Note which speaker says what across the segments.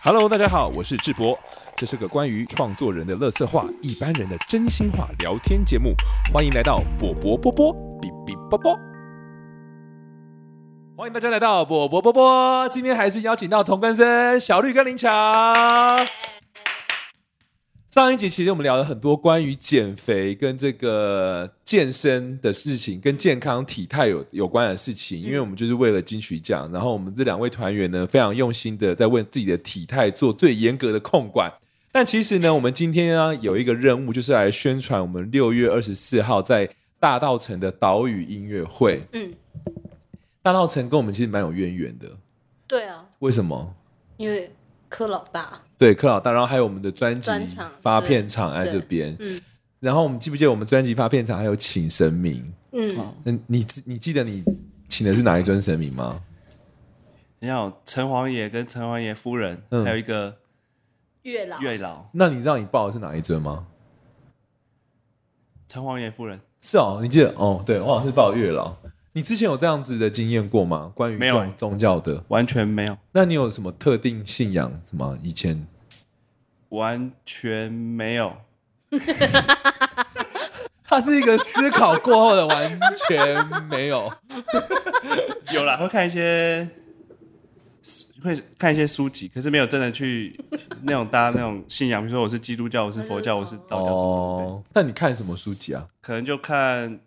Speaker 1: Hello，大家好，我是智博，这是个关于创作人的乐色话、一般人的真心话聊天节目，欢迎来到波波波波比比波波。欢迎大家来到波波波波，今天还是邀请到同根生、小绿跟林强。上一集其实我们聊了很多关于减肥跟这个健身的事情，跟健康体态有有关的事情，因为我们就是为了金曲奖，然后我们这两位团员呢非常用心的在为自己的体态做最严格的控管。但其实呢，我们今天啊有一个任务，就是来宣传我们六月二十四号在大道城的岛屿音乐会。
Speaker 2: 嗯，
Speaker 1: 大道城跟我们其实蛮有渊源的，
Speaker 2: 对啊，
Speaker 1: 为什么？
Speaker 2: 因为柯老大，
Speaker 1: 对，柯老大，然后还有我们的专辑
Speaker 2: 专场
Speaker 1: 发片场在
Speaker 2: 对
Speaker 1: 这边。
Speaker 2: 嗯
Speaker 1: 然后我们记不记得我们专辑发片场还有请神明？
Speaker 2: 嗯，
Speaker 1: 嗯，你记你记得你请的是哪一尊神明吗？
Speaker 3: 你看哦，城隍爷跟城隍爷夫人，
Speaker 1: 嗯
Speaker 3: 还有一个
Speaker 2: 月老，
Speaker 3: 月老，
Speaker 1: 那你知道你报的是哪一尊吗？
Speaker 3: 城隍爷夫人
Speaker 1: 是哦，你记得哦？对，我好像是报月老。你之前有这样子的经验过吗？关于
Speaker 3: 没
Speaker 1: 这
Speaker 3: 有欸
Speaker 1: 种宗教的，
Speaker 3: 完全没有，
Speaker 1: 那你有什么特定信仰？什么以前？
Speaker 3: 完全没有，
Speaker 1: 他是一个思考过后的，完全没有。
Speaker 3: 有啦，会看一些，会看一些书籍，可是没有真的去那种大家那种信仰，比如说我是基督教，我是佛教，我是 道教什么的，对，
Speaker 1: 哦那你看什么书籍啊？
Speaker 3: 可能就看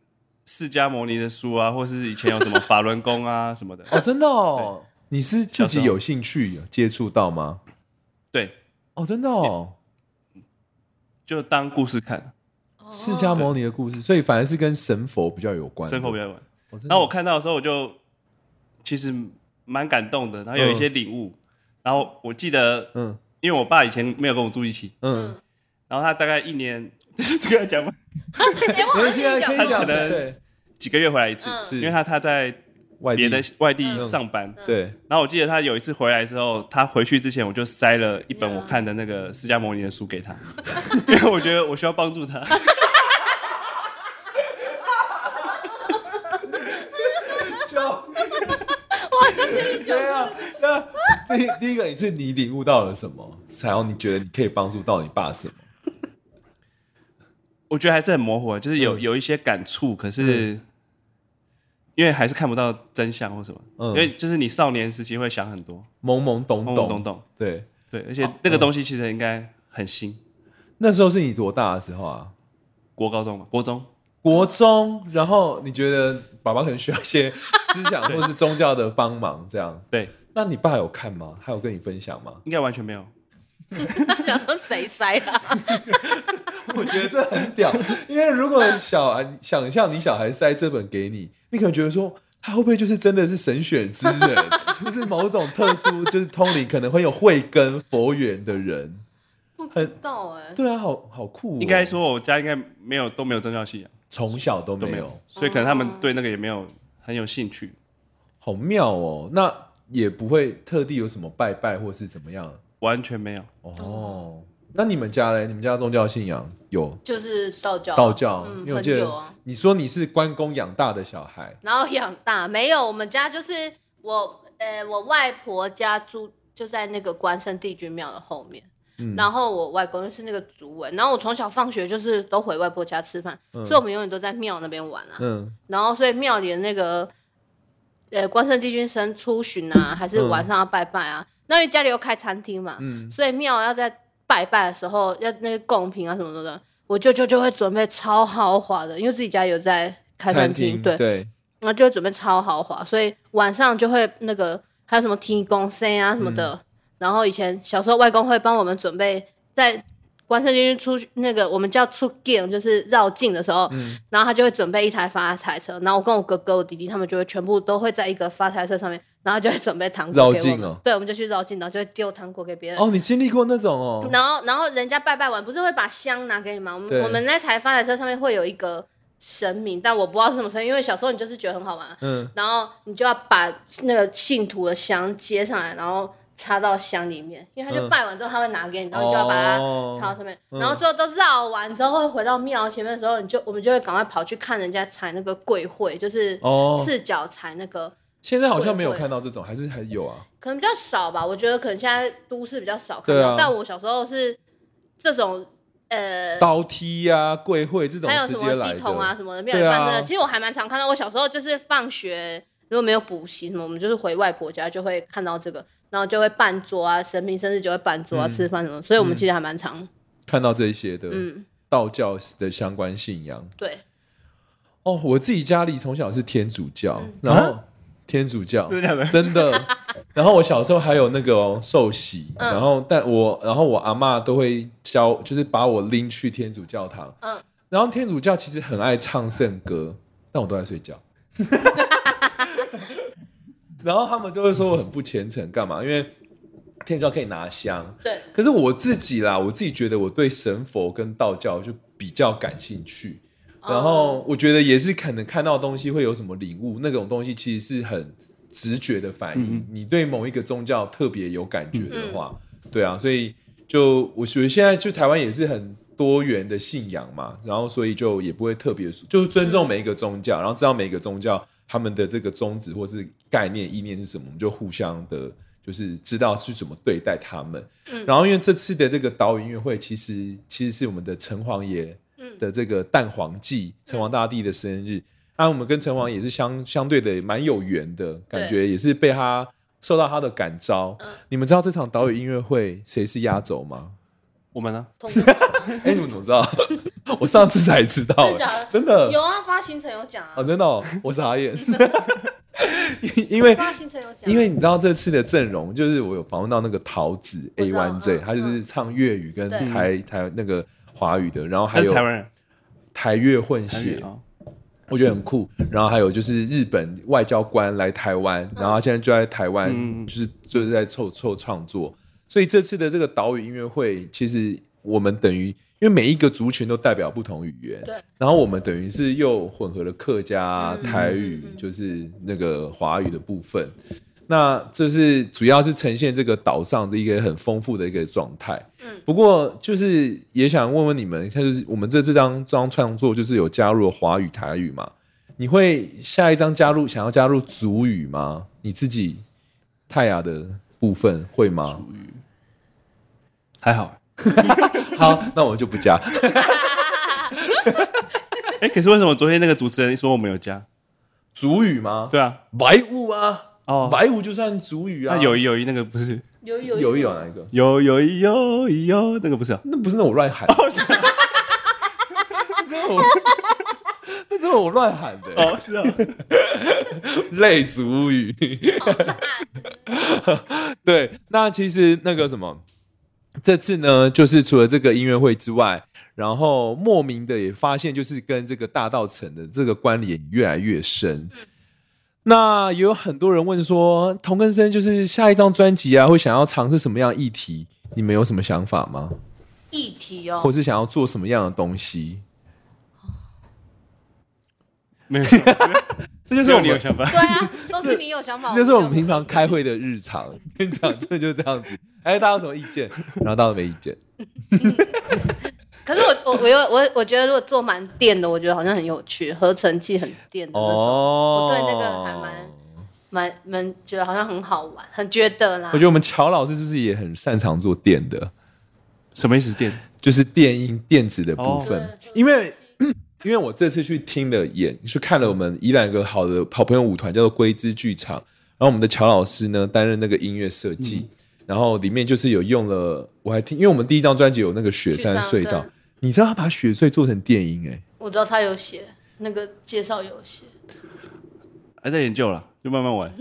Speaker 3: 释迦牟尼的书啊，或是以前有什么法轮功啊什么的，
Speaker 1: 哦，真的哦，你是自
Speaker 3: 小时
Speaker 1: 己
Speaker 3: 候
Speaker 1: 有兴趣有接触到吗？
Speaker 3: 对，
Speaker 1: 哦，真的哦，
Speaker 3: 就当故事看，
Speaker 2: 哦
Speaker 1: 释迦牟尼的故事，所以反而是跟神佛比较有关的。
Speaker 3: 生活比较晚。
Speaker 1: 哦，真的
Speaker 3: 然后我看到的时候，我就其实蛮感动的，然后有一些领悟。然后我记得，
Speaker 1: 嗯
Speaker 3: 因为我爸以前没有跟我住一起，
Speaker 1: 嗯，
Speaker 3: 然后他大概一年 这个要讲吗
Speaker 2: 哎，我
Speaker 1: 嗯我
Speaker 2: 好
Speaker 1: 们
Speaker 2: 像
Speaker 1: 现在
Speaker 2: 跟
Speaker 1: 可
Speaker 2: 你讲
Speaker 1: 以讲
Speaker 2: 过
Speaker 3: 他可
Speaker 1: 的
Speaker 3: 能
Speaker 1: 对
Speaker 3: 几个月回来一次，
Speaker 2: 嗯
Speaker 1: 是
Speaker 3: 因为他他在
Speaker 1: 外
Speaker 3: 别
Speaker 1: 地
Speaker 3: 的外地
Speaker 2: 嗯
Speaker 3: 上班。
Speaker 1: 对
Speaker 3: 然后我记得他有一次回来的时候，他回去之前我就塞了一本
Speaker 2: 嗯
Speaker 3: 我看的那个释迦牟尼的书给他， 因为我觉得我需要帮助他。
Speaker 1: 就
Speaker 2: 过
Speaker 1: 对啊。那第第一个，你是你领悟到了什么？然后你觉得你可以帮助到你爸什么？
Speaker 3: 我觉得还是很模糊，啊就是有、
Speaker 1: 嗯
Speaker 3: 有一些感触，可是、因为还是看不到真相或什么，
Speaker 1: 嗯
Speaker 3: 因为就是你少年时期会想很多，
Speaker 1: 懵懵懂
Speaker 3: 懵
Speaker 1: 懂，
Speaker 3: 懵懂懂，哦嗯
Speaker 1: 对，
Speaker 3: 对，而且那个东西其实应该很新，
Speaker 1: 那时候是你多大的时候啊？
Speaker 3: 国高中嘛，国中
Speaker 1: 国中，然后你觉得爸爸可能需要一些思 想或者是宗教的帮忙，这样。
Speaker 3: 对，
Speaker 1: 那你爸有看吗？他有跟你分享 吗？
Speaker 3: 应该完全没有，
Speaker 2: 他想说谁塞啊？
Speaker 1: 我觉得这很屌，因为如果小孩想象你小孩塞这本给你，你可能觉得说他会不会就是真的是神选之 人，就是某种特殊，就是通灵可能会有慧根佛缘的人。
Speaker 2: 不知道哎，
Speaker 1: 对啊，好好酷哦、
Speaker 3: 应该说我家应该没有都没有宗教信仰，
Speaker 1: 从小都
Speaker 3: 都
Speaker 1: 没
Speaker 3: 没
Speaker 1: 有，
Speaker 3: 所以可能他
Speaker 2: 哦
Speaker 3: 们对那个也没有很有兴趣，
Speaker 1: 好妙哦。那也不会特地有什么拜拜或是怎么样
Speaker 3: 完全没有，
Speaker 1: 哦。那你们家嘞？你们家宗教信仰有
Speaker 2: 就是道教，
Speaker 1: 道教？因
Speaker 2: 嗯，
Speaker 1: 为我
Speaker 2: 很
Speaker 1: 记
Speaker 2: 久
Speaker 1: 得
Speaker 2: 啊。
Speaker 1: 你说你是关公养大的小孩，
Speaker 2: 然后养大没有，我们家就是我，呃，我外婆家住就在那个关圣帝君庙的后面。
Speaker 1: 嗯，
Speaker 2: 然后我外公又是那个族文，然后我从小放学就是都回外婆家吃饭，
Speaker 1: 嗯
Speaker 2: 所以我们永远都在庙那边玩啊。
Speaker 1: 嗯
Speaker 2: 然后所以庙里的那个，呃，关圣帝君生出巡啊，还是晚上要拜拜啊。那因为家里又开餐厅嘛，
Speaker 1: 嗯，
Speaker 2: 所以庙要在拜拜的时候要那个贡品啊什么的，我舅舅就会准备超豪华的，因为自己家有在开餐厅，对，
Speaker 1: 对，
Speaker 2: 然后就会准备超豪华，所以晚上就会那个还有什么提供生啊什么
Speaker 1: 嗯
Speaker 2: 的。然后以前小时候外公会帮我们准备在关圣帝君出去那个我们叫出境，就是绕境的时候，
Speaker 1: 嗯
Speaker 2: 然后他就会准备一台发财车，然后我跟我哥哥、我弟弟他们就会全部都会在一个发财车上面，然后就会准备糖果给我
Speaker 1: 绕
Speaker 2: 们。
Speaker 1: 境哦
Speaker 2: 对，我们就去绕境，然后就会丢糖果给别人。
Speaker 1: 哦，你经历过那种哦，
Speaker 2: 然后，然后人家拜拜完不是会把香拿给你吗？我
Speaker 1: 对
Speaker 2: 们我们那台发财车上面会有一个神明，但我不知道是什么神明，因为小时候你就是觉得很好玩啊，
Speaker 1: 嗯，
Speaker 2: 然后你就要把那个信徒的香接上来，然后插到香里面，因为他
Speaker 1: 嗯
Speaker 2: 就拜完之后他会拿给你，然后你就要把它插
Speaker 1: 哦，
Speaker 2: 到上面，
Speaker 1: 嗯
Speaker 2: 然后最后都绕完之后会回到庙前面的时候，你就我们就会赶快跑去看人家踩那个跪会，就是
Speaker 1: 哦，
Speaker 2: 赤脚踩那个
Speaker 1: 现在好像没有
Speaker 2: 会会
Speaker 1: 看到这种，还是还有啊？
Speaker 2: 可能比较少吧。我觉得可能现在都市比较少看
Speaker 1: 对
Speaker 2: 到，
Speaker 1: 啊
Speaker 2: 但我小时候是这种呃，
Speaker 1: 刀梯呀、贵会这种
Speaker 2: 还有
Speaker 1: 直
Speaker 2: 什
Speaker 1: 接
Speaker 2: 么
Speaker 1: 来
Speaker 2: 鸡
Speaker 1: 的。
Speaker 2: 桶啊什么的庙
Speaker 1: 对
Speaker 2: 里办
Speaker 1: 啊
Speaker 2: 真的，其实我还蛮常看到。我小时候就是放学如果没有补习什么，我们就是回外婆家就会看到这个，然后就会办桌啊，神明生日就会办桌啊，
Speaker 1: 嗯
Speaker 2: 吃饭什么，所以我们其实还蛮常
Speaker 1: 看到这一些的、
Speaker 2: 嗯
Speaker 1: 道教的相关信仰。
Speaker 2: 对，
Speaker 1: 哦，我自己家里从小是天主教，
Speaker 2: 嗯
Speaker 1: 然后、
Speaker 3: 啊
Speaker 1: 天主教
Speaker 3: 真的假的
Speaker 1: 真的然后我小时候还有那个、哦、受洗，
Speaker 2: 嗯
Speaker 1: 然后但我然后我阿嬷都会教，就是把我拎去天主教堂。
Speaker 2: 嗯
Speaker 1: 然后天主教其实很爱唱圣歌，但我都在睡 觉。然后他们就会说我很不虔诚，干嘛？因为天主教可以拿香，
Speaker 2: 对，
Speaker 1: 可是我自己啦，我自己觉得我对神佛跟道教就比较感兴趣，然
Speaker 2: 哦
Speaker 1: 后我觉得也是可能看到东西会有什么领悟，那种东西其实是很直觉的反应。
Speaker 3: 嗯嗯
Speaker 1: 你对某一个宗教特别有感觉的话，对啊，所以就我觉得现在就台湾也是很多元的信仰嘛，然后所以就也不会特别就是尊重每一个宗教，然后知道每一个宗教他们的这个宗旨或是概念意念是什么，我们就互相的。就是知道去怎么对待他们，
Speaker 2: 嗯
Speaker 1: 然后因为这次的这个岛屿音乐会，其实其实是我们的城隍爷
Speaker 2: 嗯
Speaker 1: 的这个蛋黄祭，城隍大帝的生日。啊那、我们跟城隍也是相相对的蛮有缘的感觉，也是被他受到他的感召。
Speaker 2: 嗯
Speaker 1: 你们知道这场岛屿音乐会谁是压轴吗？
Speaker 3: 我们呢？
Speaker 2: 通常
Speaker 1: 哎、你们怎么知道？ 我上次才知道、
Speaker 2: 真的假的
Speaker 1: 真的
Speaker 2: 有啊，发行程有讲
Speaker 1: 哦，
Speaker 2: 啊，
Speaker 1: 真的、哦，我傻 眼，因 因为
Speaker 2: 发行程有讲，啊
Speaker 1: 因为你知道这次的阵容，就是我有访问到那个桃子
Speaker 2: 我
Speaker 1: A
Speaker 2: 知道
Speaker 1: One J，
Speaker 2: 嗯
Speaker 1: 他就是唱粤语跟
Speaker 2: 对
Speaker 1: 台台那个华语的，然后还
Speaker 3: 他是
Speaker 1: 有
Speaker 3: 台湾人，
Speaker 1: 台粤混
Speaker 3: 台语
Speaker 1: 血，
Speaker 3: 哦
Speaker 1: 我觉得很酷。然后还有就是日本外交官来台湾，然后他现在就在台湾，
Speaker 3: 嗯
Speaker 1: 就是就是在凑凑创作。所以这次的这个岛屿音乐会，其实我们等于因为每一个族群都代表不同语言，
Speaker 2: 对，
Speaker 1: 然后我们等于是又混合了客家、
Speaker 2: 嗯
Speaker 1: 台语
Speaker 2: 嗯嗯，嗯
Speaker 1: 就是那个华语的部分。那这是主要是呈现这个岛上的一个很丰富的一个状态。
Speaker 2: 嗯
Speaker 1: 不过就是也想问问你们，就是我们这这张这张创作就是有加入了华语、台语嘛？你会下一张加入想要加入族语吗？你自己泰雅的部分会吗？
Speaker 3: 还好。
Speaker 1: 好，那我就不加。
Speaker 3: 哎，可是为什么昨天那个主持人说我们有加？
Speaker 1: 族语吗？
Speaker 3: 对啊，
Speaker 1: 白雾啊，
Speaker 3: 哦，
Speaker 1: 白雾就算族语啊。
Speaker 3: 那有一有一那个不是
Speaker 2: 有有
Speaker 1: 有一啊有哪一个？
Speaker 3: 有有一有一有那个不是啊？
Speaker 1: 那不是那我乱喊，
Speaker 3: 哦
Speaker 1: 那真的我， 那真的我乱喊的、
Speaker 3: 哦，是啊，
Speaker 1: 类族语。 对，那其实那个什么，这次呢，就是除了这个音乐会之外，然后莫名的也发现，就是跟这个大道城的这个关联越来越深。那也有很多人问说，童根生就是下一张专辑啊，会想要尝试什么样的议题？你们有什么想法吗？
Speaker 2: 议题哦
Speaker 1: 或，是想要做什么样的东西？
Speaker 3: 没有，
Speaker 1: 这
Speaker 3: 就
Speaker 1: 就是我
Speaker 3: 你有
Speaker 1: 们
Speaker 3: 想法。
Speaker 2: 对啊，都是你有想法，
Speaker 1: 这就是我们
Speaker 2: 没有
Speaker 1: 平常开会的日 常。跟你讲，真的就是这样子。哎，大家有什么意见？然后大家都没意见。
Speaker 2: 可是我我我有我我觉得如果做蛮电的，我觉得好像很有趣，合成器很电的那种，
Speaker 1: 哦，
Speaker 2: 我对那个还蛮蛮蛮、觉得好像很好玩，很觉得啦。
Speaker 1: 我觉得我们乔老师是不是也很擅长做电的？
Speaker 3: 什么意思？电
Speaker 1: 就是电音电子的部分，
Speaker 2: 对
Speaker 1: 因为因为我这次去听了演，去看了我们宜兰有个好的好朋友舞团叫做龟之剧场，然后我们的乔老师呢担任那个音乐设计，
Speaker 2: 嗯
Speaker 1: 然后里面就是有用了，我还听，因为我们第一张专辑有那个雪山
Speaker 2: 雪山
Speaker 1: 隧道
Speaker 2: 对，
Speaker 1: 你知道他把雪隧做成电音哎、
Speaker 2: 我知道他有写那个介绍有写，
Speaker 3: 还在研究了，就慢慢玩。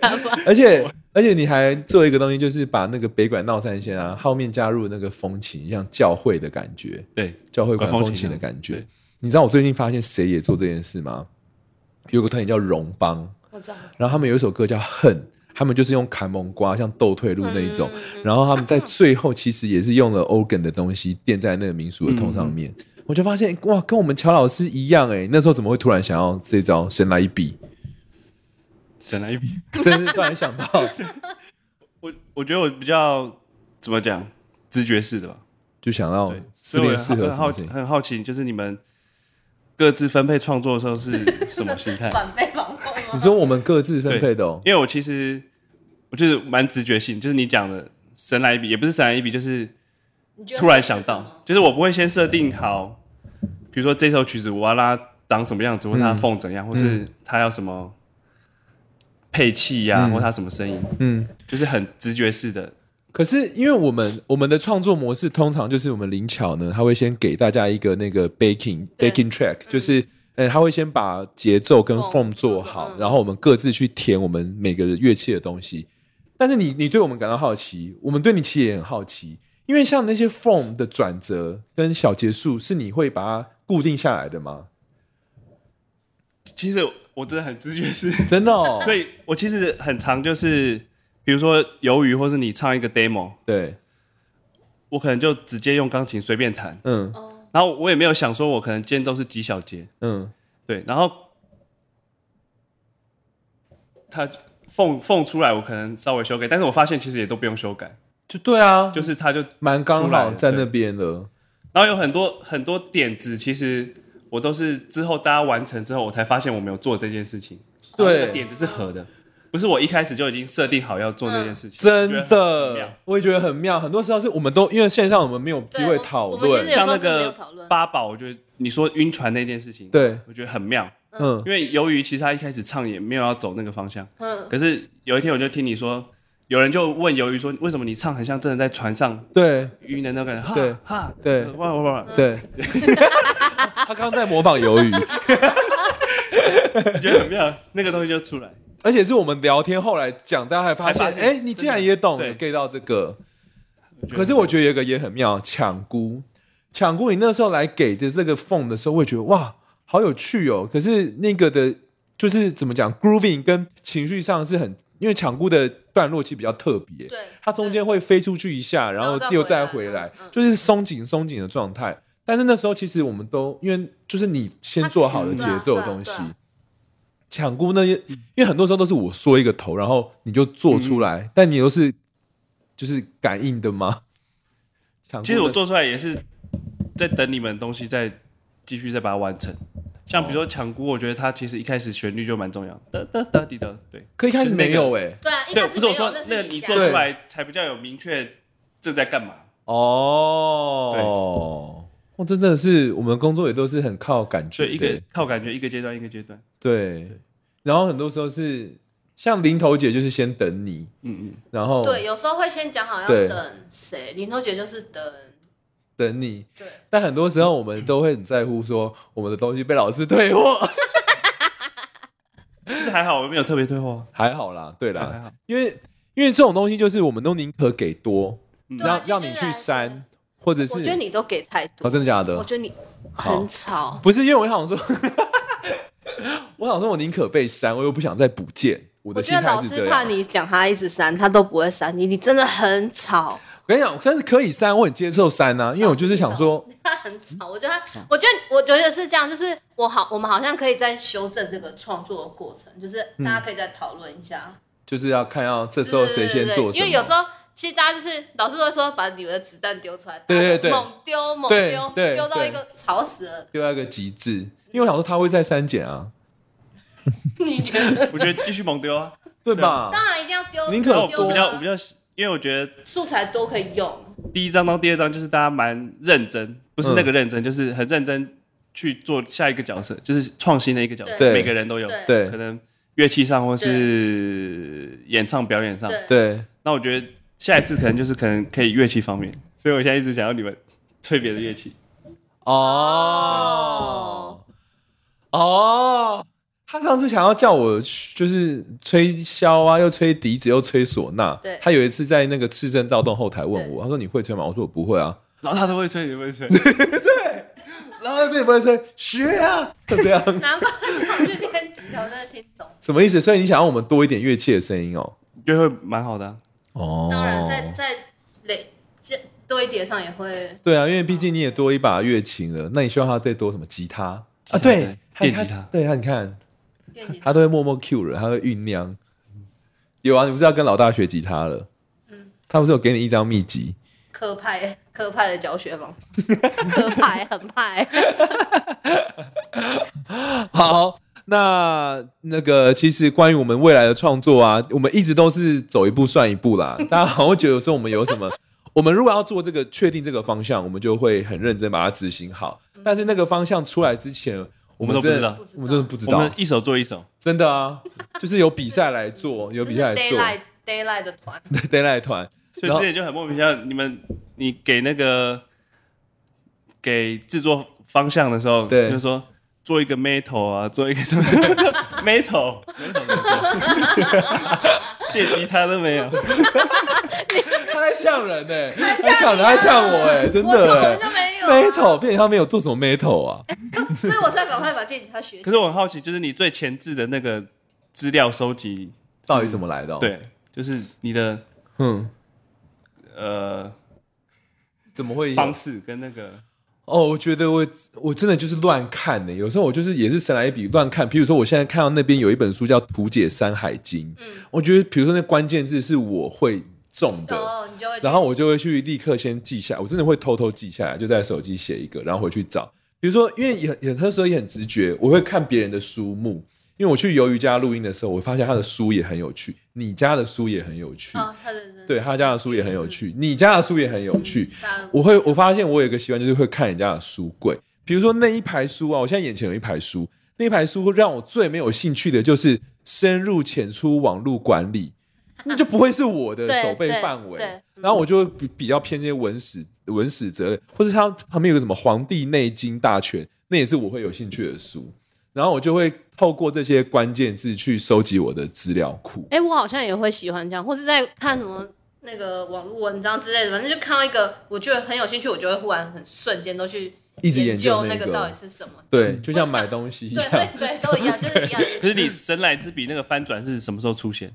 Speaker 2: 干嘛？
Speaker 1: 而且而且你还做一个东西，就是把那个北管闹三线啊后面加入那个风琴，像教会的感觉，
Speaker 3: 对，
Speaker 1: 教会管
Speaker 3: 管风
Speaker 1: 风
Speaker 3: 琴
Speaker 1: 琴
Speaker 3: 啊
Speaker 1: 的感觉
Speaker 3: 对。
Speaker 1: 你知道我最近发现谁也做这件事吗？有个团体叫荣邦，
Speaker 2: 我知道。
Speaker 1: 然后他们有一首歌叫《恨》，他们就是用砍蒙瓜，像斗退路那一种。
Speaker 2: 嗯嗯嗯
Speaker 1: 然后他们在最后其实也是用了 organ 的东西垫在那个民俗的痛上面。
Speaker 3: 嗯
Speaker 1: 我就发现哇，跟我们乔老师一样哎、那时候怎么会突然想要这招神来一笔？
Speaker 3: 省了一笔。
Speaker 1: 真是突然 想到，
Speaker 3: 我我觉得我比较怎么讲，直觉式的吧。
Speaker 1: 就想到
Speaker 3: 对，
Speaker 1: 失
Speaker 3: 所以我
Speaker 1: 恋
Speaker 3: 很
Speaker 1: 哦适合
Speaker 3: 很
Speaker 1: 什
Speaker 3: 好
Speaker 1: 么事
Speaker 3: 奇，
Speaker 1: 情。
Speaker 3: 很好奇，就是你们各自分配创作的时候是什么心
Speaker 2: ？
Speaker 3: 态
Speaker 2: 反被防控吗？
Speaker 1: 你说我们各自分配的哦，
Speaker 3: 因为我其实我就是蛮直觉性，就是你讲的神来一笔，也不是神来一笔，就是
Speaker 2: 你觉得
Speaker 3: 突然
Speaker 2: 是
Speaker 3: 想
Speaker 2: 什
Speaker 3: 到
Speaker 2: 么，
Speaker 3: 就是我不会先设定好，比如说这首曲子我要拉长什么样子，或
Speaker 1: 嗯
Speaker 3: 是它缝怎样，或是它要什么配器呀、
Speaker 1: 嗯
Speaker 3: 或它什么声音，
Speaker 1: 嗯。
Speaker 3: 就是很直觉式的。
Speaker 1: 可是，因为我们我们的创作模式通常就是我们灵巧呢，他会先给大家一个那个 baking
Speaker 2: 对嗯
Speaker 1: baking track，就是呃，他会先把节奏跟
Speaker 2: Form
Speaker 1: form 做
Speaker 2: 做
Speaker 1: 好，
Speaker 2: 嗯
Speaker 1: 然后我们各自去填我们每个乐器的东西。但是你你对我们感到好奇，我们对你其实也很好奇，因为像那些 form 的转折跟小结束，是你会把它固定下来的吗？
Speaker 3: 其实我真的很直觉式，
Speaker 1: 真的哦，
Speaker 3: 所以我其实很常就是，比如说鱿鱼，或是你唱一个 demo，
Speaker 1: 对，
Speaker 3: 我可能就直接用钢琴随便弹，
Speaker 1: 嗯
Speaker 2: 哦，
Speaker 3: 然后我也没有想说我可能间奏是几小节，
Speaker 1: 嗯，
Speaker 3: 对，然后它缝缝出来，我可能稍微修改，但是我发现其实也都不用修改，
Speaker 1: 就对啊，就
Speaker 3: 就是它就，
Speaker 1: 蛮刚
Speaker 3: 出来
Speaker 1: 好
Speaker 3: 了
Speaker 1: 在
Speaker 3: 对
Speaker 1: 那边了。
Speaker 3: 然后有很多很多点子，其实我都是之后大家完成之后，我才发现我没有做这件事情，然后那个
Speaker 1: 对
Speaker 3: 点子是合的，不是我一开始就已经设定好要做这件事情，我
Speaker 1: 真
Speaker 3: 觉得很妙
Speaker 1: 的，我也觉得很妙。很多时候是我们都因为线上我们没有机
Speaker 2: 对
Speaker 1: 会
Speaker 2: 我
Speaker 1: 讨
Speaker 2: 我们其实
Speaker 1: 论，
Speaker 2: 有时
Speaker 3: 像
Speaker 2: 候
Speaker 3: 那
Speaker 2: 是没有讨
Speaker 3: 个
Speaker 2: 论，
Speaker 3: 八宝，我觉得你说晕船那件事情，
Speaker 1: 对，
Speaker 3: 我觉得很妙，
Speaker 1: 嗯
Speaker 3: 因为由于其实他一开始唱也没有要走那个方向，
Speaker 2: 嗯，
Speaker 3: 可是有一天我就听你说，有人就问鱿鱼说，为什么你唱很像真的在船上
Speaker 1: 对
Speaker 3: 晕的那种感觉？哈
Speaker 1: 对
Speaker 3: 哈，
Speaker 1: 对
Speaker 3: 哇哇哇！
Speaker 1: 对，他刚刚在模仿鱿鱼，
Speaker 3: 我觉得很妙，那个东西就出来。
Speaker 1: 而且是我们聊天后来讲，大家还发现
Speaker 3: 才，发现
Speaker 1: 哎，你竟然也懂
Speaker 3: 真的
Speaker 1: get 到这个。
Speaker 3: 觉得
Speaker 1: 可是我觉得有一个也很妙，抢姑，抢姑，你那时候来给的这个缝的时候，我也觉得哇，好有趣哦。可是那个的，就是怎么讲，grooving 跟情绪上是很，因为抢姑的段落其实比较特别，
Speaker 2: 对，
Speaker 1: 它中间会飞出去一下，然后又再回
Speaker 2: 然后再回来
Speaker 1: 来
Speaker 2: 嗯嗯，
Speaker 1: 就是松紧松紧的状态。但是那时候其实我们都因为就是你先做好了节奏的东西
Speaker 2: 他嗯对啊对啊对啊，
Speaker 1: 抢姑那些，因为很多时候都是我说一个头，然后你就做出
Speaker 2: 嗯
Speaker 1: 来，但你又是就是感应的吗？抢姑
Speaker 3: 其实我
Speaker 1: 的
Speaker 3: 做出来也是在等你们的东西，再继续再把它完成。像比如说抢姑，我觉得它其实一开始旋律就蛮重要，的的的滴的，对
Speaker 1: 可一开始没有哎、
Speaker 2: 对啊，一
Speaker 3: 对，
Speaker 2: 开
Speaker 3: 不
Speaker 2: 始
Speaker 3: 是
Speaker 2: 没
Speaker 3: 我
Speaker 2: 有
Speaker 3: 说
Speaker 2: 但是
Speaker 3: 那个
Speaker 2: 你
Speaker 3: 你
Speaker 2: 加
Speaker 3: 做
Speaker 2: 入
Speaker 3: 出来才比较有明确正在干嘛。
Speaker 1: 哦，我真的是我们工作也都是很靠感觉
Speaker 3: 所
Speaker 1: 的，
Speaker 3: 以一个靠感觉，一个阶段一个阶段。
Speaker 1: 对，然后很多时候是像零头姐就是先等你，
Speaker 3: 嗯嗯，
Speaker 1: 然后
Speaker 2: 对，有时候会先讲好要
Speaker 1: 对
Speaker 2: 等谁，林头姐就是等
Speaker 1: 等你。
Speaker 2: 对，
Speaker 1: 但很多时候我们都会很在乎说我们的东西被老师退 货，
Speaker 3: 其实还好，我没有特别退货，
Speaker 1: 还好啦，对
Speaker 3: 还
Speaker 1: 啦，
Speaker 3: 好。
Speaker 1: 因为因为这种东西就是我们都宁可给多，
Speaker 3: 嗯
Speaker 2: 对啊
Speaker 1: 让
Speaker 2: 这
Speaker 1: 让
Speaker 2: 就
Speaker 1: 你
Speaker 2: 是
Speaker 1: 去
Speaker 2: 来
Speaker 1: 删，或者是
Speaker 2: 我觉得你都给太多，
Speaker 1: 哦，真的假
Speaker 2: 我
Speaker 1: 的？
Speaker 2: 觉得你
Speaker 1: 好
Speaker 2: 很吵，
Speaker 1: 不是，因为我想说， 我想说我宁可被删，我又不想再补件。我
Speaker 2: 我
Speaker 1: 的心
Speaker 2: 觉得老
Speaker 1: 态是这
Speaker 2: 师
Speaker 1: 样。啊
Speaker 2: 怕你讲他一直删，他都不会删你，你真的很吵，
Speaker 1: 我跟你讲，但是可以删，我很接受删啊，因为我就是想说，
Speaker 2: 他很吵。我觉得他，我觉得，我觉得是这样，就是我好，我们好像可以再修正这个创作的过程，就是大家可以再讨论一下，
Speaker 1: 就是要看要这嗯
Speaker 2: 这
Speaker 1: 时候谁先做什
Speaker 2: 因
Speaker 1: 么。
Speaker 2: 为有时候。其实大家就是老师都会说把你们的子弹丢出来，
Speaker 1: 对对
Speaker 2: 大家就
Speaker 1: 对
Speaker 2: 猛丢猛
Speaker 1: 对
Speaker 2: 丢，
Speaker 1: 对
Speaker 2: 丢到
Speaker 1: 对
Speaker 2: 一个吵死了。
Speaker 1: 丢到一个极致，因为我想说他会再删减啊，
Speaker 2: 你觉得？
Speaker 3: 我觉得继续猛丢啊。
Speaker 1: 对吧？
Speaker 2: 当然一定要丢，
Speaker 1: 宁可
Speaker 3: 然后
Speaker 1: 有
Speaker 2: 丢丢
Speaker 3: 我比
Speaker 2: 的
Speaker 3: 较我
Speaker 2: 啊
Speaker 3: 比较，因为我觉得
Speaker 2: 素材都可以用。
Speaker 3: 第一章到第二章就是大家蛮认真，不是那个认真，就是很认真去做下一个角色，就是创新的一个角色，
Speaker 1: 对
Speaker 3: 每个人都有，
Speaker 2: 对
Speaker 1: 对
Speaker 3: 可能乐器上或是演唱表演上。
Speaker 2: 对
Speaker 1: 对，
Speaker 3: 那我觉得下一次可能就是可能可以乐器方面，所以我现在一直想要你们吹别的乐器。
Speaker 1: 哦哦，他上次想要叫我去就是吹箫啊，又吹笛子，又吹唢呐。
Speaker 2: 对
Speaker 1: 他有一次在那个市政躁动后台问
Speaker 2: 对
Speaker 1: 我，他说你会吹吗？我说我不会啊。
Speaker 3: 然后他都会吹，你会吹，
Speaker 1: 然后他说你不会吹，学啊，就 这样
Speaker 2: 难怪他们去练吉他，我真的听懂。
Speaker 1: 什么意思？所以你想要我们多一点乐器的声音哦。
Speaker 3: 就会蛮好的啊、
Speaker 1: 哦，
Speaker 2: 当然，在在累这多一点上也会，
Speaker 1: 对啊，因为毕竟你也多一把乐琴了，那你希望他再多什么吉他
Speaker 3: 吉他
Speaker 1: 啊？对，
Speaker 3: 对
Speaker 1: 他
Speaker 3: 电吉他
Speaker 1: 对啊，你看
Speaker 2: 练吉他
Speaker 1: 他都会默默 cue 了，他会酝酿。有啊，你不是要跟老大学吉他了？
Speaker 2: 嗯
Speaker 1: 他不是有给你一张秘籍？
Speaker 2: 科派科派的教学方法， 科派很派。
Speaker 1: 好，那那个其实关于我们未来的创作啊，我们一直都是走一步算一步啦。 大家好像会觉得有时候我们有什么， 我们如果要做这个确定这个方向，我们就会很认真把它执行好。但是那个方向出来之前，我
Speaker 3: 我们都不
Speaker 1: 真的
Speaker 3: 知道，
Speaker 1: 啊我们真的不知
Speaker 3: 我
Speaker 1: 道
Speaker 3: 们，一手做一手，
Speaker 1: 真的啊，就是有比赛来做，有
Speaker 2: 就是
Speaker 1: 比赛来做
Speaker 2: daylight daylight 的团，
Speaker 1: d a y l i g h t 团，
Speaker 3: 所以之前就很莫名其妙。你们你给那个给制作方向的时候，
Speaker 1: 对
Speaker 3: 就说做一个 metal 啊，做一个什么 metal，电吉他都没有，
Speaker 1: 他在呛人呢、
Speaker 2: 他
Speaker 1: 他呛人，他呛我哎、真的哎、
Speaker 2: 啊我就没有啊
Speaker 1: metal，片他没有做什么 metal 啊？
Speaker 2: 所以我才赶快把电吉他学起
Speaker 3: 可是我很好奇，就是你最前置的那个资料收集，
Speaker 1: 到底怎么来的、，哦
Speaker 3: 对，就是你的
Speaker 1: 嗯，
Speaker 3: 呃
Speaker 1: 怎么会有
Speaker 3: 方式跟那个
Speaker 1: 哦，我觉得我我真的就是乱看呢、欸有时候我就是也是神来一笔乱看。比如说，我现在看到那边有一本书叫《图解山海经》，
Speaker 2: 嗯
Speaker 1: 我觉得比如说那关键字是我会中的，
Speaker 2: 哦，你就会觉得
Speaker 1: 然后我就会去立刻先记下来，我真的会偷偷记下来，就在手机写一个，然后回去找。比如说，因为也很也那时候也很直觉，我会看别人的书目。因为我去鱿鱼家录音的时候，我发现他的书也很有趣，你家的书也很有趣，
Speaker 2: 哦，他的，
Speaker 1: 对啊他家的书也很有趣，你家的书也很有趣。
Speaker 2: 大家
Speaker 1: 我会我发现我有一个习惯，就是会看人家的书柜。比如说那一排书啊，我现在眼前有一排书，那一排书让我最没有兴趣的就是深入浅出网络管理，那就不会是我的
Speaker 2: 对
Speaker 1: 手背
Speaker 2: 对
Speaker 1: 范围
Speaker 2: 嗯对。
Speaker 1: 然后我就会比比较偏这些文史文史哲类，或者它旁边有个什么《黄帝内经大全》，那也是我会有兴趣的书。然后我就会透过这些关键字去收集我的资料库。
Speaker 2: 哎、我好像也会喜欢这样，或是在看什么那个网络文章之类的，反正就看到一个我觉得很有兴趣，我就会忽然很瞬间都去
Speaker 1: 一直研
Speaker 2: 研
Speaker 1: 究
Speaker 2: 究
Speaker 1: 那
Speaker 2: 那
Speaker 1: 个
Speaker 2: 个到底是什么。
Speaker 1: 对，就像
Speaker 2: 我想
Speaker 1: 买东西一
Speaker 2: 对
Speaker 1: 样，
Speaker 2: 对对，都一样，就是一样的意思。
Speaker 3: 可是你神来之笔那个翻转是什么时候出现？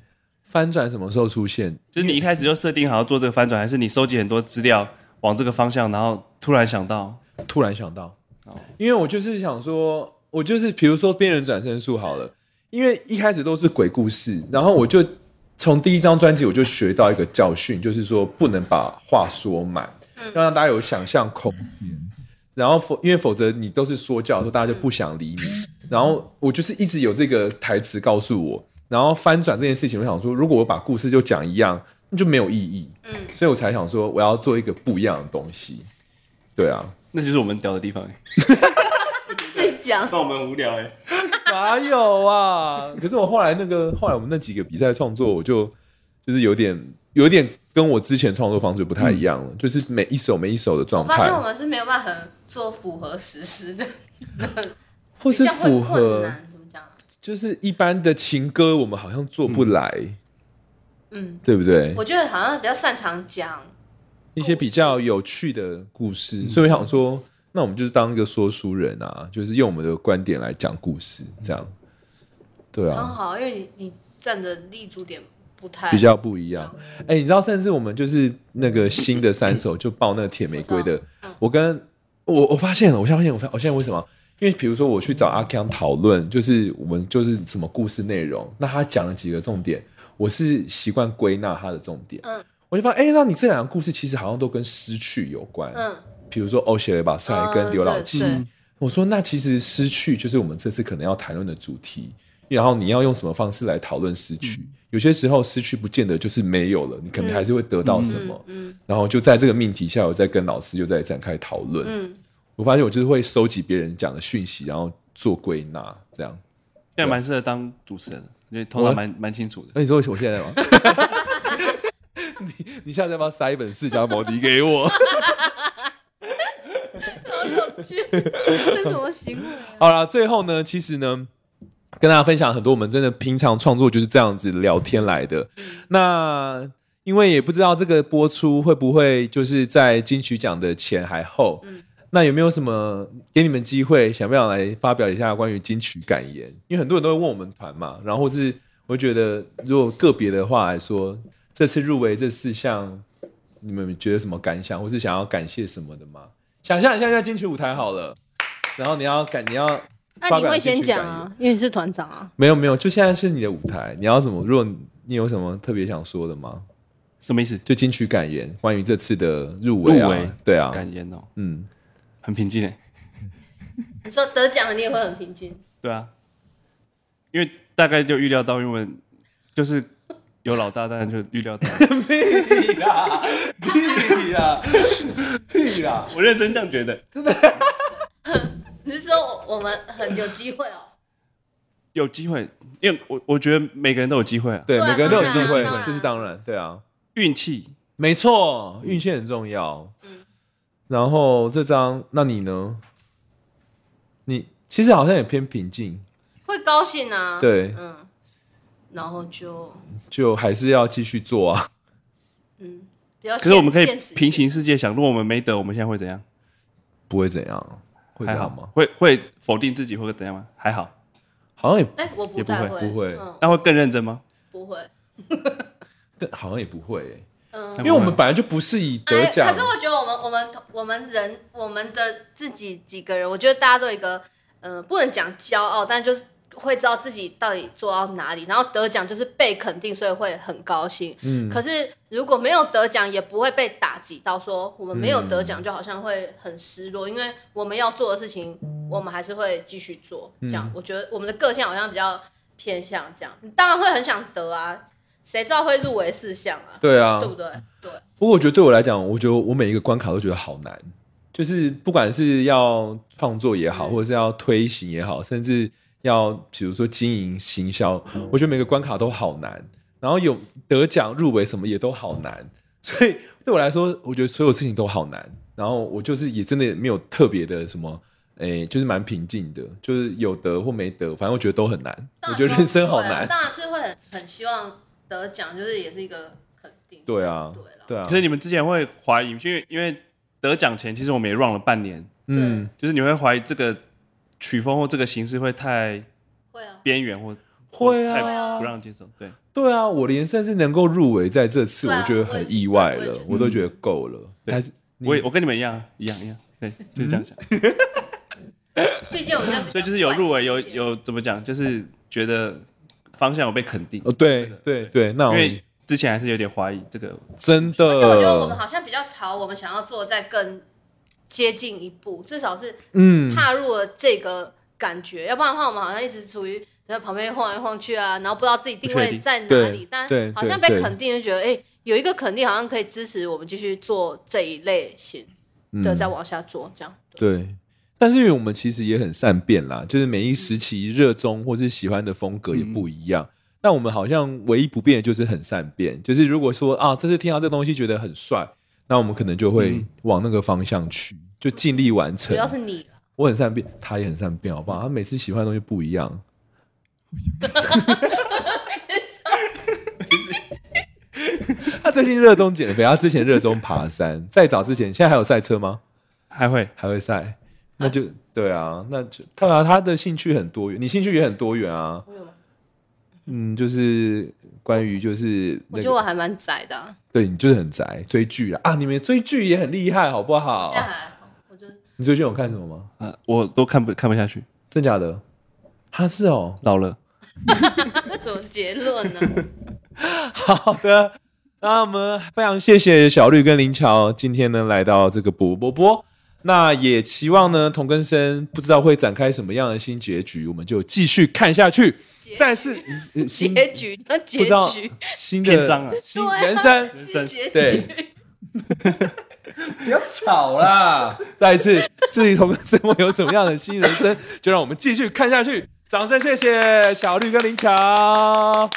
Speaker 1: 翻转什么时候出现？
Speaker 3: 就是你一开始就设定好要做这个翻转，还是你收集很多资料往这个方向，然后突然想到
Speaker 1: 突然想到
Speaker 3: 哦，
Speaker 1: 因为我就是想说，我就是比如说《边缘转身术》好了，因为一开始都是鬼故事，然后我就从第一张专辑我就学到一个教训，就是说不能把话说满，要让大家有想象空间。然后否，因为否则你都是说教的时候，大家就不想理你。然后我就是一直有这个台词告诉我，然后翻转这件事情，我想说，如果我把故事就讲一样，那就没有意义。
Speaker 2: 嗯
Speaker 1: 所以我才想说，我要做一个不一样的东西。对啊，
Speaker 3: 那就是我们屌的地方、欸，
Speaker 2: 自己讲，
Speaker 3: 那我们无聊哎、
Speaker 1: 哪有啊？ 可是我后来那个后来我们那几个比赛创作，我就就是有点有点跟我之前创作方式不太一样了，就是每一首每一首的
Speaker 2: 我
Speaker 1: 状
Speaker 2: 发
Speaker 1: 态
Speaker 2: 现我，们是没有办法做符合实施的，
Speaker 1: 或是
Speaker 2: 比较会
Speaker 1: 符
Speaker 2: 困
Speaker 1: 合，
Speaker 2: 难，怎么讲啊？
Speaker 1: 就是一般的情歌我们好像做不来，
Speaker 2: 嗯，
Speaker 1: 对不对？
Speaker 2: 我觉得好像比较擅长讲，
Speaker 1: 一些比较有趣的故事，所以我想说，那我们就是当一个说书人啊，就是用我们的观点来讲故事，这样，对啊
Speaker 2: 很。好，因为你你站的立足点不太
Speaker 1: 比较不一样。哎、你知道，甚至我们就是那个新的三首就报那个铁玫瑰的，我跟我我发现了，我现在发现我发我现在为什么？因为比如说我去找阿康讨论，就是我们就是什么故事内容，那他讲了几个重点，我是习惯归纳他的重点。
Speaker 2: 嗯
Speaker 1: 我就发现，哎、那你这两个故事其实好像都跟失去有关。
Speaker 2: 嗯，
Speaker 1: 比如说欧写了一把塞跟
Speaker 2: 嗯
Speaker 1: 刘老
Speaker 2: 对
Speaker 1: 七，
Speaker 2: 对
Speaker 1: 我说那其实失去就是我们这次可能要谈论的主题，然后你要用什么方式来讨论失去？有些时候失去不见得就是没有了，你可能
Speaker 2: 嗯
Speaker 1: 还是会得到什么。
Speaker 2: 嗯
Speaker 1: 然后就在这个命题下，我再跟老师又再展开讨论。
Speaker 2: 嗯
Speaker 1: 我发现我就是会收集别人讲的讯息，然后做归纳，这样。
Speaker 3: 这啊样蛮适合当主持人的，因为头脑蛮蛮清楚的。
Speaker 1: 那、你说我现在吗？ 你你下次要不要塞一本释迦摩尼给我？
Speaker 2: 嗯，好 有趣，这是什么行 为啊？
Speaker 1: 好啦，最后呢，其实呢，跟大家分享很多我们真的平常创作就是这样子聊天来的。那因为也不知道这个播出会不会就是在金曲奖的前还后，
Speaker 2: 嗯
Speaker 1: 那有没有什么给你们机会，想不想来发表一下关于金曲感言？因为很多人都会问我们团嘛，然后或是我觉得如果个别的话来说，这次入围这四项，你们觉得什么感想，或是想要感谢什么的吗？想象一下在金曲舞台好了，然后你要感你要
Speaker 2: 那你会先讲啊，因为你是团长啊。
Speaker 1: 没有没有，就现在是你的舞台，你要怎么？如果你有什么特别想说的吗？
Speaker 3: 什么意思？
Speaker 1: 就金曲感言，关于这次的入围、啊，
Speaker 3: 入围
Speaker 1: 对啊，
Speaker 3: 感言哦，
Speaker 1: 嗯，
Speaker 3: 很平静哎、
Speaker 2: 你说得奖了，你也会很平静。
Speaker 3: 对啊，因为大概就预料到，因为就是有老大，当然就预料到。
Speaker 1: 屁啦，屁啦，屁啦！
Speaker 3: 我认真这样觉得，
Speaker 2: 你是说我们很有机会哦？
Speaker 3: 有机会，因为我我觉得每个人都有机会啊，
Speaker 1: 对，
Speaker 2: 对啊
Speaker 1: 每个人都有
Speaker 2: 当
Speaker 1: 机
Speaker 2: 然
Speaker 1: 会
Speaker 2: 当，然
Speaker 1: 这是当然，对啊，
Speaker 3: 运气
Speaker 1: 没错，运气很重要。
Speaker 2: 嗯
Speaker 1: 然后这张，那你呢？你其实好像也偏平静，
Speaker 2: 会高兴啊。
Speaker 1: 对
Speaker 2: 嗯，然后就
Speaker 1: 就还是要继续做啊。
Speaker 2: 嗯，比较现。
Speaker 3: 可是我们可以
Speaker 2: 现实一点
Speaker 3: 平行世界想，如果我们没得，我们现在会怎样？
Speaker 1: 不会怎样，会这
Speaker 3: 还好
Speaker 1: 样吗？？
Speaker 3: 会会否定自己或者怎样吗？还好，
Speaker 1: 好像也
Speaker 2: 哎、我不
Speaker 3: 也不
Speaker 2: 太
Speaker 3: 会
Speaker 1: 不会
Speaker 2: 嗯，
Speaker 3: 那会更认真吗？
Speaker 2: 不会，
Speaker 1: 更好像也不会欸、
Speaker 2: 嗯
Speaker 3: 那。
Speaker 1: 因为我们本来就不是以得
Speaker 2: 哎，
Speaker 1: 奖
Speaker 2: 可是，我觉得我们我们我们人我们的自己几个人，我觉得大家都有一个呃，不能讲骄傲，但就是会知道自己到底做到哪里，然后得奖就是被肯定，所以会很高兴。
Speaker 1: 嗯，
Speaker 2: 可是如果没有得奖，也不会被打击到说我们没有得奖，就好像会很失落，因为我们要做的事情，我们还是会继续做。这样，
Speaker 1: 嗯
Speaker 2: 我觉得我们的个性好像比较偏向这样。你当然会很想得啊，谁知道会入围四项啊，
Speaker 1: 对啊
Speaker 2: 对，不对？对，
Speaker 1: 不过我觉得对我来讲，我觉得我每一个关卡都觉得好难，就是不管是要创作也好，
Speaker 2: 嗯
Speaker 1: 或者是要推行也好，甚至要比如说经营行销，
Speaker 2: 嗯
Speaker 1: 我觉得每个关卡都好难。然后有得奖入围什么也都好难， 所以对我来说，我觉得所有事情都好难。然后我就是也真的没有特别的什么，诶，就是蛮平静的，就是有得或没得，反正我觉得都很难。
Speaker 2: 当
Speaker 1: 我
Speaker 2: 然
Speaker 1: 觉得人生好
Speaker 2: 对啊
Speaker 1: 难。
Speaker 2: 当然是会很很希望得奖，就是也是一个肯定。
Speaker 1: 对啊
Speaker 2: 对了，
Speaker 1: 对啊
Speaker 3: 可，是你们之前会怀疑，因为因为得奖前，其实我们也 run 了半年，
Speaker 1: 嗯，
Speaker 3: 就是你会怀疑这个曲风或这个形式会太
Speaker 2: 会啊，
Speaker 3: 边缘或
Speaker 2: 嗯
Speaker 1: 会
Speaker 3: 或太
Speaker 1: 啊
Speaker 3: 不，让接受。对，
Speaker 1: 对啊，我连甚至能够入围在这次，
Speaker 2: 对啊
Speaker 1: 我觉得很意外
Speaker 2: 我也
Speaker 1: 了
Speaker 2: 是，
Speaker 1: 我都觉得够了。
Speaker 3: 对
Speaker 1: 但是你
Speaker 3: 我也我跟你们一样啊一样一样，对，就是这样想。
Speaker 2: 毕竟我们家比较
Speaker 3: 所以就是有入围，有
Speaker 2: 晚期一点
Speaker 3: 有怎么讲，就是觉得方向有被肯定，
Speaker 1: 哦，对对对，那
Speaker 3: 因
Speaker 1: 我
Speaker 3: 为之前还是有点怀疑这个。
Speaker 1: 真
Speaker 2: 而且我觉得我们
Speaker 1: 的，
Speaker 2: 好像比较朝我们想要做的再更接近一步，至少是
Speaker 1: 嗯，
Speaker 2: 踏入了这个感觉，要不然的话我们好像一直处于在旁边晃来晃去啊，然后不知道自己定
Speaker 3: 不确
Speaker 2: 位
Speaker 3: 定
Speaker 2: 在哪
Speaker 1: 对
Speaker 2: 里，但
Speaker 1: 对
Speaker 2: 好像
Speaker 1: 对
Speaker 2: 被
Speaker 1: 对
Speaker 2: 肯定就觉得哎、有一个肯定好像可以支持我们继续做这一类型的，
Speaker 1: 嗯
Speaker 2: 再往下做这样。
Speaker 1: 对。但是因为我们其实也很善变啦，就是每一时期热衷或是喜欢的风
Speaker 3: 嗯
Speaker 1: 格也不一样。但我们好像唯一不变的就是很善变，就是如果说啊，这次听到这东西觉得很帅，那我们可能就会
Speaker 3: 嗯
Speaker 1: 往那个方向去，就尽力完成
Speaker 2: 主。要是你啦
Speaker 1: 我很善变，他也很善变，好不好？他每次喜欢的东西不一样。 他最近热衷减肥，他之前热衷爬山，再早之前，现在还有赛车吗？
Speaker 3: 还会
Speaker 1: 还会赛？那就对啊，那就他啊，他的兴趣很多元，你兴趣也很多元啊。
Speaker 2: 我有吗
Speaker 1: 嗯，就是关于就是、那
Speaker 2: 我
Speaker 1: 个，
Speaker 2: 觉得我还蛮窄的、啊，
Speaker 1: 对你就是很宅，追剧啊啊，你们追剧也很厉害，好不好
Speaker 2: 现？在还好，我就
Speaker 1: 你最近有看什么吗？
Speaker 3: 呃，我都看不看不下去，
Speaker 1: 真假的？他是哦，
Speaker 3: 老了。
Speaker 2: 什么结论 呢？
Speaker 1: 好的，那我们非常谢谢小绿跟林乔今天呢来到这个波波波，那也期望呢同根生不知道会展开什么样的新结局，我们就继续看下去。
Speaker 2: 结
Speaker 1: 再次嗯呃新
Speaker 2: 结局，那结
Speaker 1: 不知道
Speaker 2: 局，
Speaker 1: 新的
Speaker 3: 篇章啊
Speaker 1: 新
Speaker 2: 对啊
Speaker 1: 人生
Speaker 2: 是结
Speaker 1: 对
Speaker 2: 局。
Speaker 1: 不要吵啦！ 再一次，至于同根生会有什么样的新人生，就让我们继续看下去。掌声谢谢小绿跟林乔。